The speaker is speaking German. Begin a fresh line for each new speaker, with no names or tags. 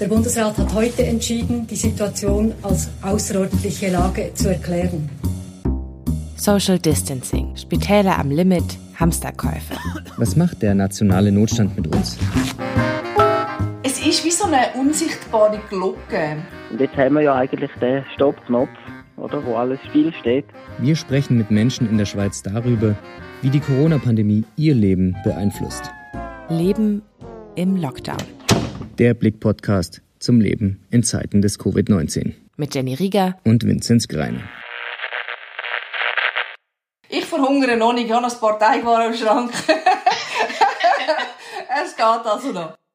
Der Bundesrat hat heute entschieden, die Situation als außerordentliche Lage zu erklären.
Social Distancing, Spitäler am Limit, Hamsterkäufe.
Was macht der nationale Notstand mit uns?
Es ist wie so eine unsichtbare Glocke.
Und jetzt haben wir ja eigentlich den Stoppknopf, oder, wo alles stillsteht.
Wir sprechen mit Menschen in der Schweiz darüber, wie die Corona-Pandemie ihr Leben beeinflusst.
Leben im Lockdown.
Der Blick-Podcast zum Leben in Zeiten des Covid-19
mit Jenny Rieger
und Vinzenz Greiner.
Ich verhungere noch nicht, ich habe ein paar Teigwaren im Schrank. es geht also noch.